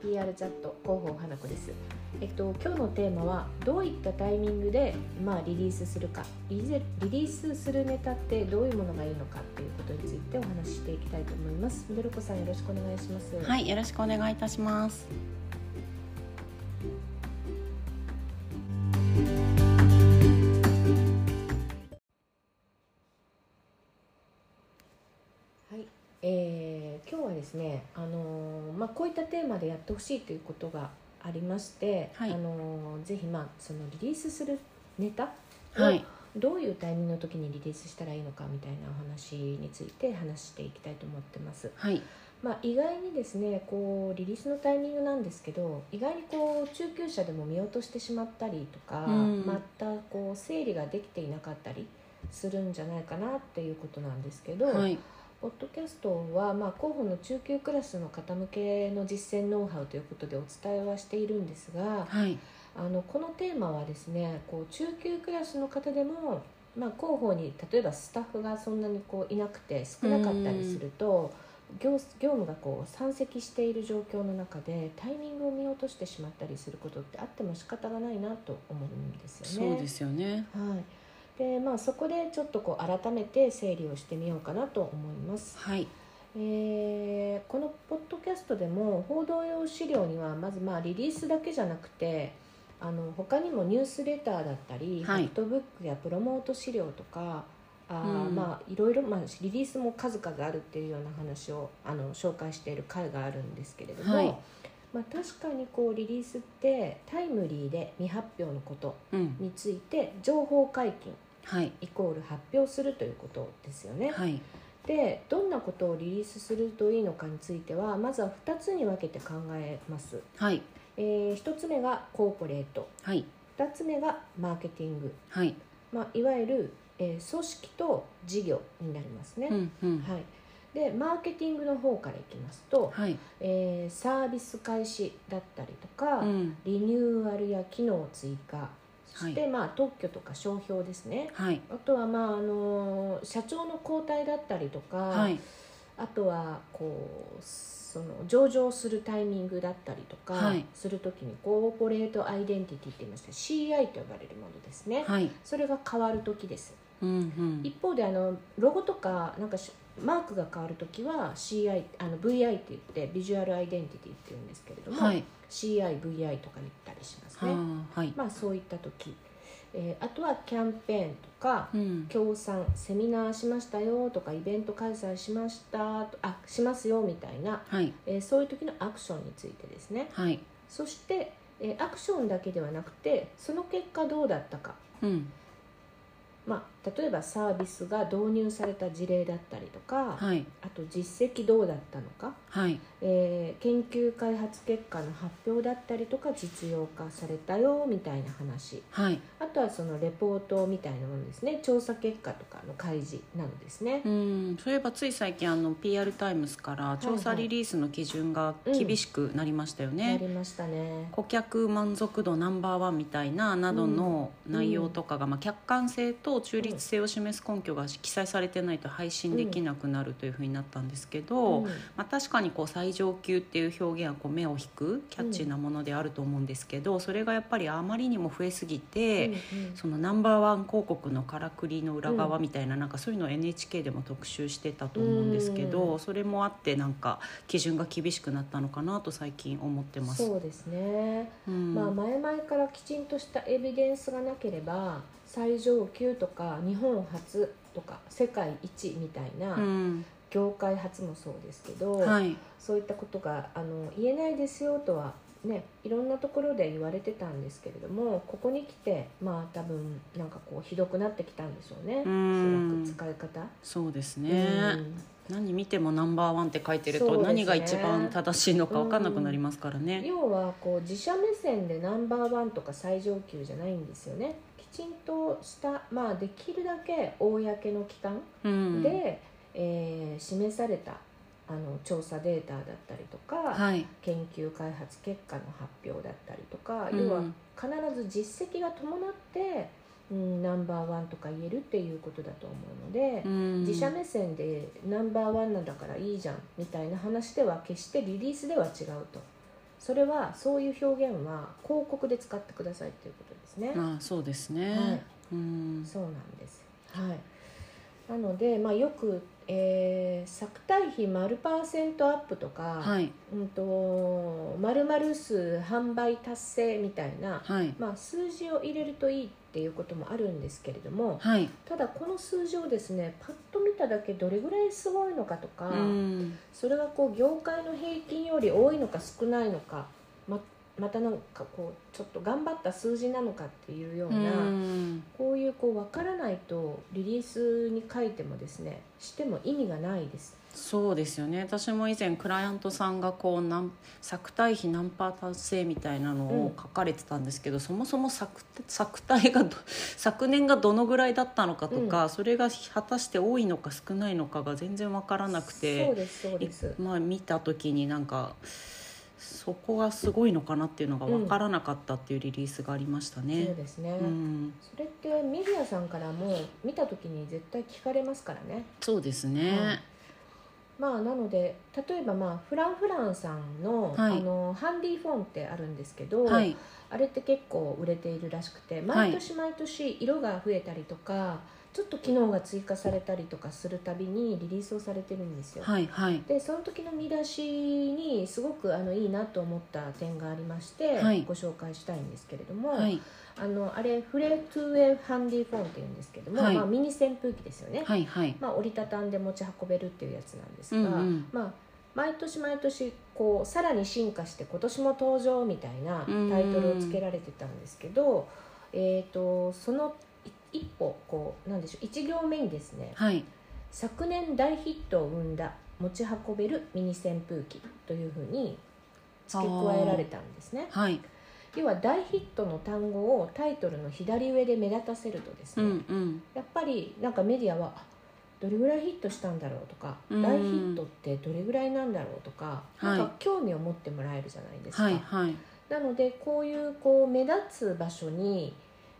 PR チャット広報花子です、えっと、今日のテーマはどういったタイミングで、まあ、リリースするかリリリリースするネタってどういうものがいいのかっていうことについてお話ししていきたいと思いますみどるこさんよろしくお願いしますはい、よろしくお願いいたします。はいえー今日はですね、あのーまあ、こういったテーマでやってほしいということがありまして、はいあのーぜひ、まあ、そのリリースするネタを、はい、どういうタイミングの時にリリースしたらいいのかみたいなお話について話していきたいと思ってます、はい、まあ、意外にですねこうリリースのタイミングなんですけど意外にこう中級者でも見落としてしまったりとか、うんまたこう整理ができていなかったりするんじゃないかなっていうことなんですけど、はい、ポッドキャストは、まあ、候補の中級クラスの方向けの実践ノウハウということでお伝えはしているんですがはい、あのこのテーマはですねこう中級クラスの方でも、まあ、広報に例えばスタッフがそんなにこういなくて少なかったりすると業業務がこう山積している状況の中でタイミングを見落としてしまったりすることってあっても仕方がないなと思うんですよね。そうですよね。はいでまあ、そこでちょっとこう改めて整理をしてみようかなと思います。はい、えーこのポッドキャストでも報道用資料にはまずまあリリースだけじゃなくてあの他にもニュースレターだったり、はフいァクトブックやプロモート資料とかあー、うんまあ、いろいろ、まあ、リリースも数々あるっていうような話をあの紹介している回があるんですけれども、はいまあ、確かにこうリリースってタイムリーで未発表のことうん、について情報解禁はい、イコール発表するということですよね。はい、でどんなことをリリースするといいのかについてはまずは2つに分けて考えます、はい、え1つ目がコーポレートはい、 2つ目がマーケティング、はい、まあ、いわゆる、えー組織と事業になりますね、うん、うん、はい、でマーケティングの方からいきますと、はい、えーサービス開始だったりとか、うん、リニューアルや機能追加そして、まあ、特許とか商標ですねはい、あとは、まああのー社長の交代だったりとか、はい、あとはこうその上場するタイミングだったりとかはいするときにコーポレートアイデンティティって言いまして CI と呼ばれるものですね、はい、それが変わるときですうん、うん、一方であのロゴとかなんかしマークが変わるときは CI あの VI って言ってビジュアルアイデンティティって言うんですけれども、はい、 CIVI とか言ったりしますはね、あ、はい、まあそういったとき、えーあとはキャンペーンとかうん、協賛セミナーしましたよとかイベント開催しましたとあしますよみたいな、はい、えーそういう時のアクションについてですねはい、そして、えーアクションだけではなくてその結果どうだったか、うん、まあ、例えばサービスが導入された事例だったりとか、はい、あと実績どうだったのか、はい、えー研究開発結果の発表だったりとか実用化されたよみたいな話はい、あとはそのレポートみたいなものですね調査結果とかの開示などですね。うん、そういえばつい最近あの PR タイムズから調査リリースの基準が厳しくなりましたよね。なりましたね。顧客満足度ナンバーワンみたいななどの内容とかが、まあ、客観性と中立性を示す根拠が記載されてないと配信できなくなるというふうになったんですけど、うんまあ、確かにこう最上級っていう表現はこう目を引くキャッチーなものであると思うんですけど、それがやっぱりあまりにも増えすぎて。うんうんそのナンバーワン広告のからくりの裏側みたいな,、なんかそういうのを NHK でも特集してたと思うんですけど、うそれもあってなんか基準が厳しくなったのかなと最近思ってます。そうですね、うんまあ、前々からきちんとしたエビデンスがなければ最上級とか日本初とか世界一みたいな、うん業界初もそうですけど、はい、そういったことがあの言えないですよとはねいろんなところで言われてたんですけれどもここに来てまあ多分なんかこうひどくなってきたんでしょうね、うんおそらく使い方。そうですね、何見てもナンバーワンって書いてるそと、うですね何が一番正しいのか分かんなくなりますからうんね、要はこう自社目線でナンバーワンとか最上級じゃないんですよねきちんとしたまあできるだけ公の機関うん、で、えー示されたあの調査データだったりとか、はい、研究開発結果の発表だったりとか、うん要は必ず実績が伴って、うん、ナンバーワンとか言えるっていうことだと思うので、うん自社目線でナンバーワンなんだからいいじゃんみたいな話では決してリリースでは違うとそれはそういう表現は広告で使ってくださいということですね。まあそうですね、はいうんそうなんです。はい。なので、まあ、よく、えー作対比丸パーセントアップとか、はいうんと丸々数販売達成みたいな、はいまあ、数字を入れるといいっていうこともあるんですけれども、はいただこの数字をですねパッと見ただけどれぐらいすごいのかとか、うんそれがこう業界の平均より多いのか少ないのかままたなんかこうちょっと頑張った数字なのかっていうよううな。んこういうこう分からないとリリースに書いてもですねしても意味がないです。そうですよね私も以前クライアントさんがこうなん作対比何パー達成みたいなのうをん書かれてたんですけど、そもそも作 作対がど昨年がどのぐらいだったのかとか、それが果たして多いのか少ないのかが全然わからなくてそうですそうです。まあ、見た時になんかそこがすごいのかなっていうのが分からなかったっていうリリースがありましたそうね。ですね。うん、それってメディアさんからも見た時に絶対聞かれますからね。そうですね。まあなので例えばまあフランフランさんの、はいあのハンディフォンってあるんですけど、はい、あれって結構売れているらしくて毎年毎年色が増えたりとか、ちょっと機能が追加されたりとかするたびにリリースをされてるんですよ。はい、はい、でその時の見出しにすごくあのいいなと思った点がありまして、はいご紹介したいんですけれども、はい、あのあれフレートゥーウェイハンディフォンっていうんですけども、はいまあ、ミニ扇風機ですよね、はい、はい。まあ、折りたたんで持ち運べるっていうやつなんですうが、ん、うん、まあ、毎年毎年こうさらに進化して今年も登場みたいなタイトルをつけられてたんですけど、えー、とその一一歩こうなんでしょう1行目にですねはい、昨年大ヒットを生んだ持ち運べるミニ扇風機というふうに付け加えられたんですねはい、要は大ヒットの単語をタイトルの左上で目立たせるとですうね、ん、うん、やっぱりなんかメディアはあどれぐらいヒットしたんだろうとか、うん大ヒットってどれぐらいなんだろうとか、はいなんか興味を持ってもらえるじゃないですか、はい、はい。なのでこういうこう目立つ場所に、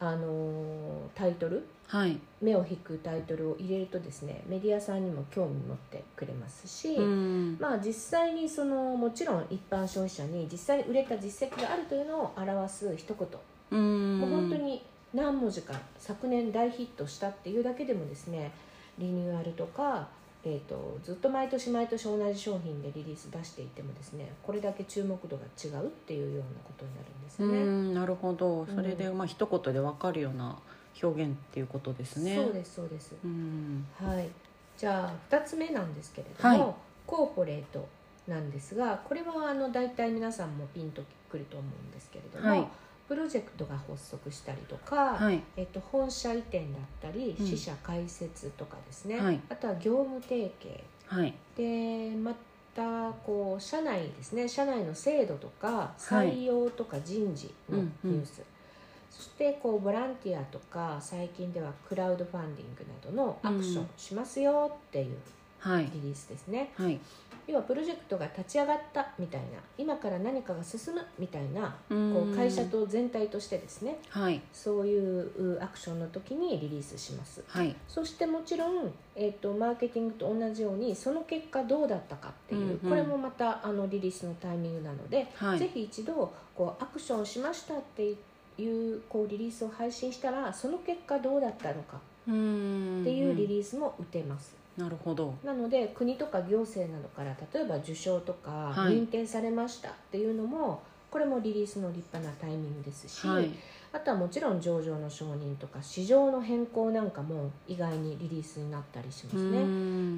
あのータイトルはい、目を引くタイトルを入れるとですねメディアさんにも興味持ってくれますし、うん、まあ、実際にそのもちろん一般消費者に実際に売れた実績があるというのを表す一言、うん、もう本当に何文字か昨年大ヒットしたっていうだけでもですねリニューアルとか、えー、とずっと毎年毎年同じ商品でリリース出していてもですねこれだけ注目度が違うっていうようなことになるんですうね。ん、なるほうど。んそれで、まあ、一言でわかるような表現っていうことですね。そうですそうですうん、はい、じゃあ2つ目なんですけれども、はいコーポレートなんですがこれはあの大体皆さんもピンとくると思うんですけれども、はいプロジェクトが発足したりとか、はい、えっと、本社移転だったりうん支社開設とかですね、はいあとは業務提携はい、でまたこう社内ですね社内の制度とかはい採用とか人事のうんうんニュース、そしてこうボランティアとか最近ではクラウドファンディングなどのアクションしますよっていうはい、リリースですね、はい。要はプロジェクトが立ち上がったみたいな今から何かが進むみたいなここう会社。と全体としてですねはい、そういううアクションの時にリリースしますはい。そしてもちろん、えー、とマーケティングと同じようにその結果どうだったかっていう、うんうんこれもまたあのリリースのタイミングなので、はい、ぜひ一度こうアクションしましたっていうこうリリースを配信したらその結果どうだったのかうーんっていうリリースも打てます、なるほどなので国とか行政などから例えば受賞とかはい認定されましたっていうのも、これもリリースの立派なタイミングですし、はいあとはもちろん上場の承認とか市場の変更なんかも意外にリリースになったりしますうね。ー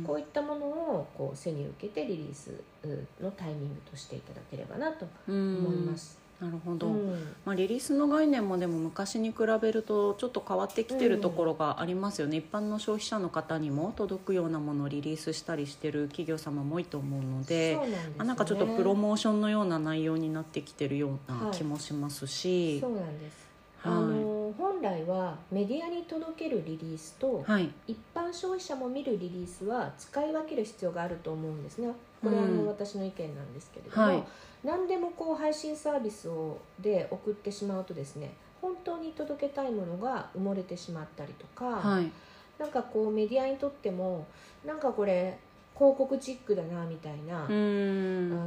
んこういったものをこう背に受けてリリースうのタイミングとしていただければなとうーん思います。なるほど、うんまあ、リリースの概念もでも昔に比べるとちょっと変わってきてるところがありますよね、一般の消費者の方にも届くようなものをリリースしたりしてる企業様も多いと思うのでそうなんですよねあなんかちょっとプロモーションのような内容になってきてるようなはい気もしますし、そうなんです。あはの本来はメディアに届けるリリースとい、はい一般消費者も見るリリースは使い分ける必要があると思うんですねこれはあうのん私の意見なんですけれども、はい何でもこう配信サービスをで送ってしまうとですね本当に届けたいものが埋もれてしまったりとか、はいなんかこうメディアにとってもなんかこれ広告チックだなみたいな、うあんの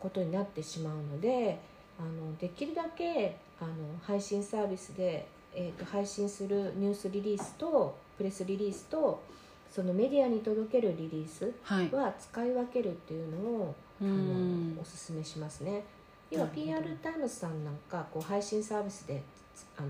ことになってしまうのであのできるだけあの配信サービスで、えー、と配信するニュースリリースとプレスリリースとそのメディアに届けるリリースはいは使い分けるっていうのを、うあのんおすすめしますね。要はなるほど PR タイムズさんなんかこう配信サービスであの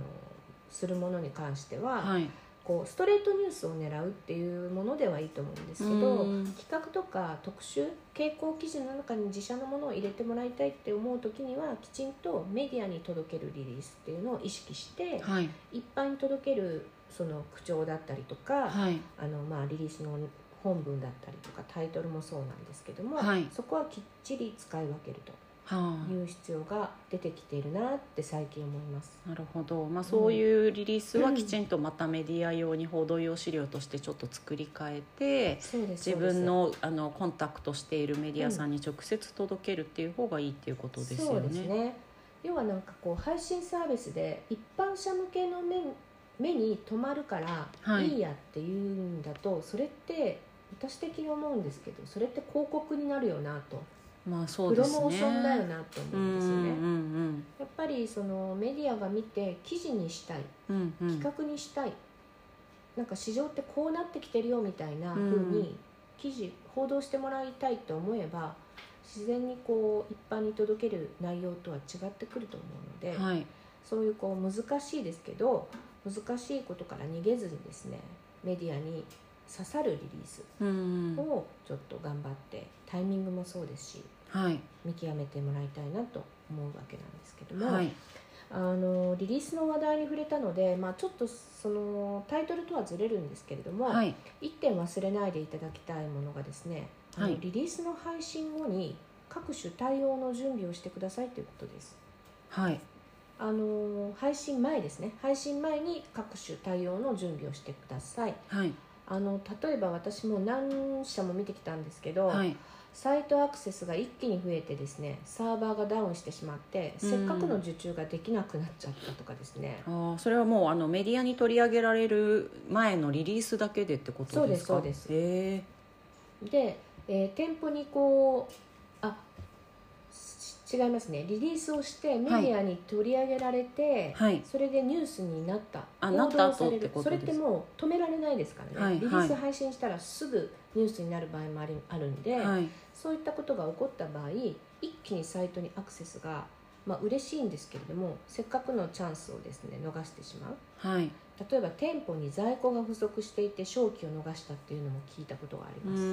するものに関しては、はいこうストレートニュースを狙うっていうものではいいと思うんですけど、うん企画とか特集傾向記事の中に自社のものを入れてもらいたいって思う時にはきちんとメディアに届けるリリースっていうのを意識してはい一般に届けるその口調だったりとか、はいあのまあ、リリースの本文だったりとかタイトルもそうなんですけども、はいそこはきっちり使い分けるはという必要が出てきているなって最近思います。あなるほど、まあ、そういうリリースはきちんとまたメディア用に報道用資料としてちょっと作り変えてそうです自分そうのあのコンタクトしているメディアさんに直接届けるっていう方がいいっていうことですですそようですね。ね要はなんかこう配信サービスで一般者向けの目目に留まるからはいいいやっていうんだと、それって私的に思うんですけどそれって広告になるよなと、まあそうプでロすね。モーションだよなと思ううんんでうすよんね、うんやっぱりそのメディアが見て記事にしたいうんうん企画にしたい、なんか市場ってこうなってきてるよみたいな風に記事報道してもらいたいと思えば自然にこう一般に届ける内容とは違ってくると思うので、はいそういうこう難しいですけど難しいことから逃げずにですねメディアに刺さるリリースうんうんをちょっと頑張ってタイミングもそうですしはい見極めてもらいたいなと思うわけなんですけども。はいあのリリースの話題に触れたので、まあ、ちょっとそのタイトルとはずれるんですけれども、はい一点忘れないでいただきたいものがですね、あのはいリリースの配信後に各種対応の準備をしてくださいということですはいあの配信前ですね配信前に各種対応の準備をしてくださいはいあの例えば私も何社も見てきたんですけど、はいサイトアクセスが一気に増えてですねサーバーがダウンしてしまってうんせっかくの受注ができなくなっちゃったとかですね、あーそれはもうあのメディアに取り上げられる前のリリースだけでってことですかそうですそうですえで、えー店舗にこうあし違いますねリリースをしてメディアに取り上げられて、はいそれでニュースになったあ報道なった後されるってことそれっですてもう止められないですからね、はいリリはーいス配信したらすぐニュースになる場合もありあるんで、はいそういったことが起こった場合一気にサイトにアクセスが、まあ嬉しいんですけれどもせっかくのチャンスをですね逃してしまうはい例えば店舗に在庫が不足していて商機を逃したっていうのも聞いたことがありうーます。ん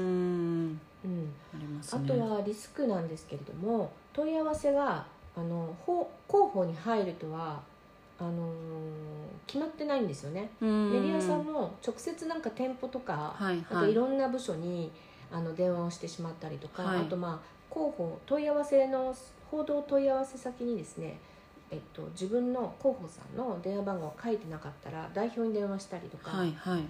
うんありますあねとはリスクなんですけれども問い合わせがあのほ候補に入るとはあのー決まってないんですよね、うーんメディアさんも直接なんか店舗とか,、はいなんはかいいろんな部署にあの電話をしてしまったりとか、はあいとまあ広報問い合わせの報道問い合わせ先にですねえっと、自分の広報さんの電話番号を書いてなかったら代表に電話したりとか、はいはい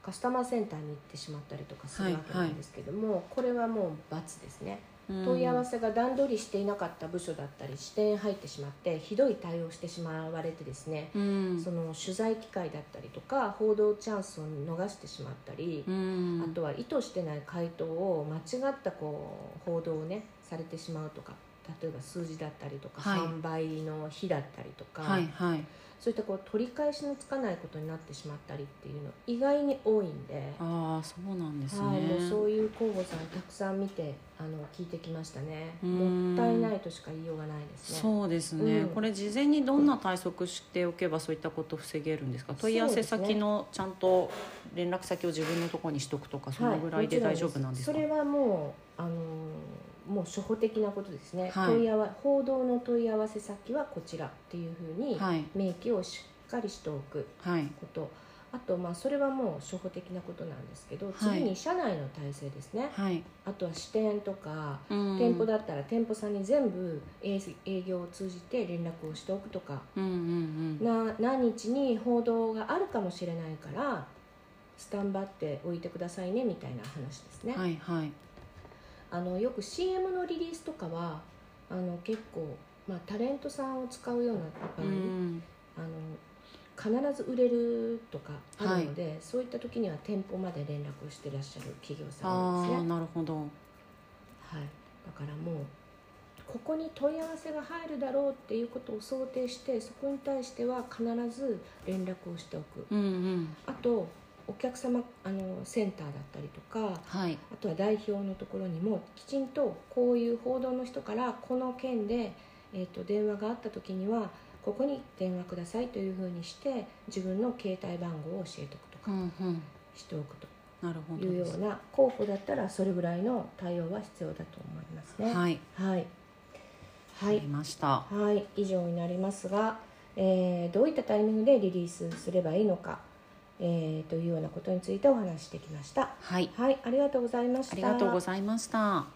カスタマーセンターに行ってしまったりとかするわけなんですけども、これはもう罰ですねうん問い合わせが段取りしていなかった部署だったり支店入ってしまってひどい対応してしまわれてですね、うんその取材機会だったりとか報道チャンスを逃してしまったりう、んあとは意図してない回答を間違ったこう報道をねされてしまうとか例えば数字だったりとか、はい販売の日だったりとか、はいはいそういったこう取り返しのつかないことになってしまったりっていうの意外に多いんで。ああそうなんですねはい、もうそういう候補さんたくさん見てあの聞いてきましたね。うーもんったいないとしか言いようがないですね。そうですね、うんこれ事前にどんな対策しておけばそういったことを防げるんですか問い合わせ先のちゃんと連絡先を自分のところにしとくとかそはのぐらいでも大ち丈ろ夫なんですか、それはもうあのーもう初歩的なことですね。はい問い合わ報道の問い合わせ先はこちらっていうふうにはい明記をしっかりしておくはいこと。あとまあそれはもう初歩的なことなんですけど、はい次に社内の体制ですね。はい、あとは支店とか。うん店舗だったら店舗さんに全部営営業を通じて連絡をしておくとかうんうんうんな何日に報道があるかもしれないからスタンバっておいてくださいねみたいな話ですね、はいはいあのよく CM のリリースとかはあの結構、まあ、タレントさんを使うような場う合、んあの必ず売れるとかあるので、そういった時には店舗まで連絡してらっしゃる企業さんあですねあ。なるほどはい、だからもうここに問い合わせが入るだろうっていうことを想定してそこに対しては必ず連絡をしておくうんうんあとお客様あのセンターだったりとかはいあとは代表のところにもきちんとこういう報道の人からこの件で、えー、と電話があった時にはここに電話くださいというふうにして自分の携帯番号を教えておくとうかんうんしておくとなるほどいうでようすな候補だったらそれぐらいの対応は必要だと思いますね。はいはい。はありい。ましたはい、以上になりますが、えーどういったタイミングでリリースすればいいのか、えーというようなことについてお話ししてきました。はいはい、ありがとうございました。ありがとうございました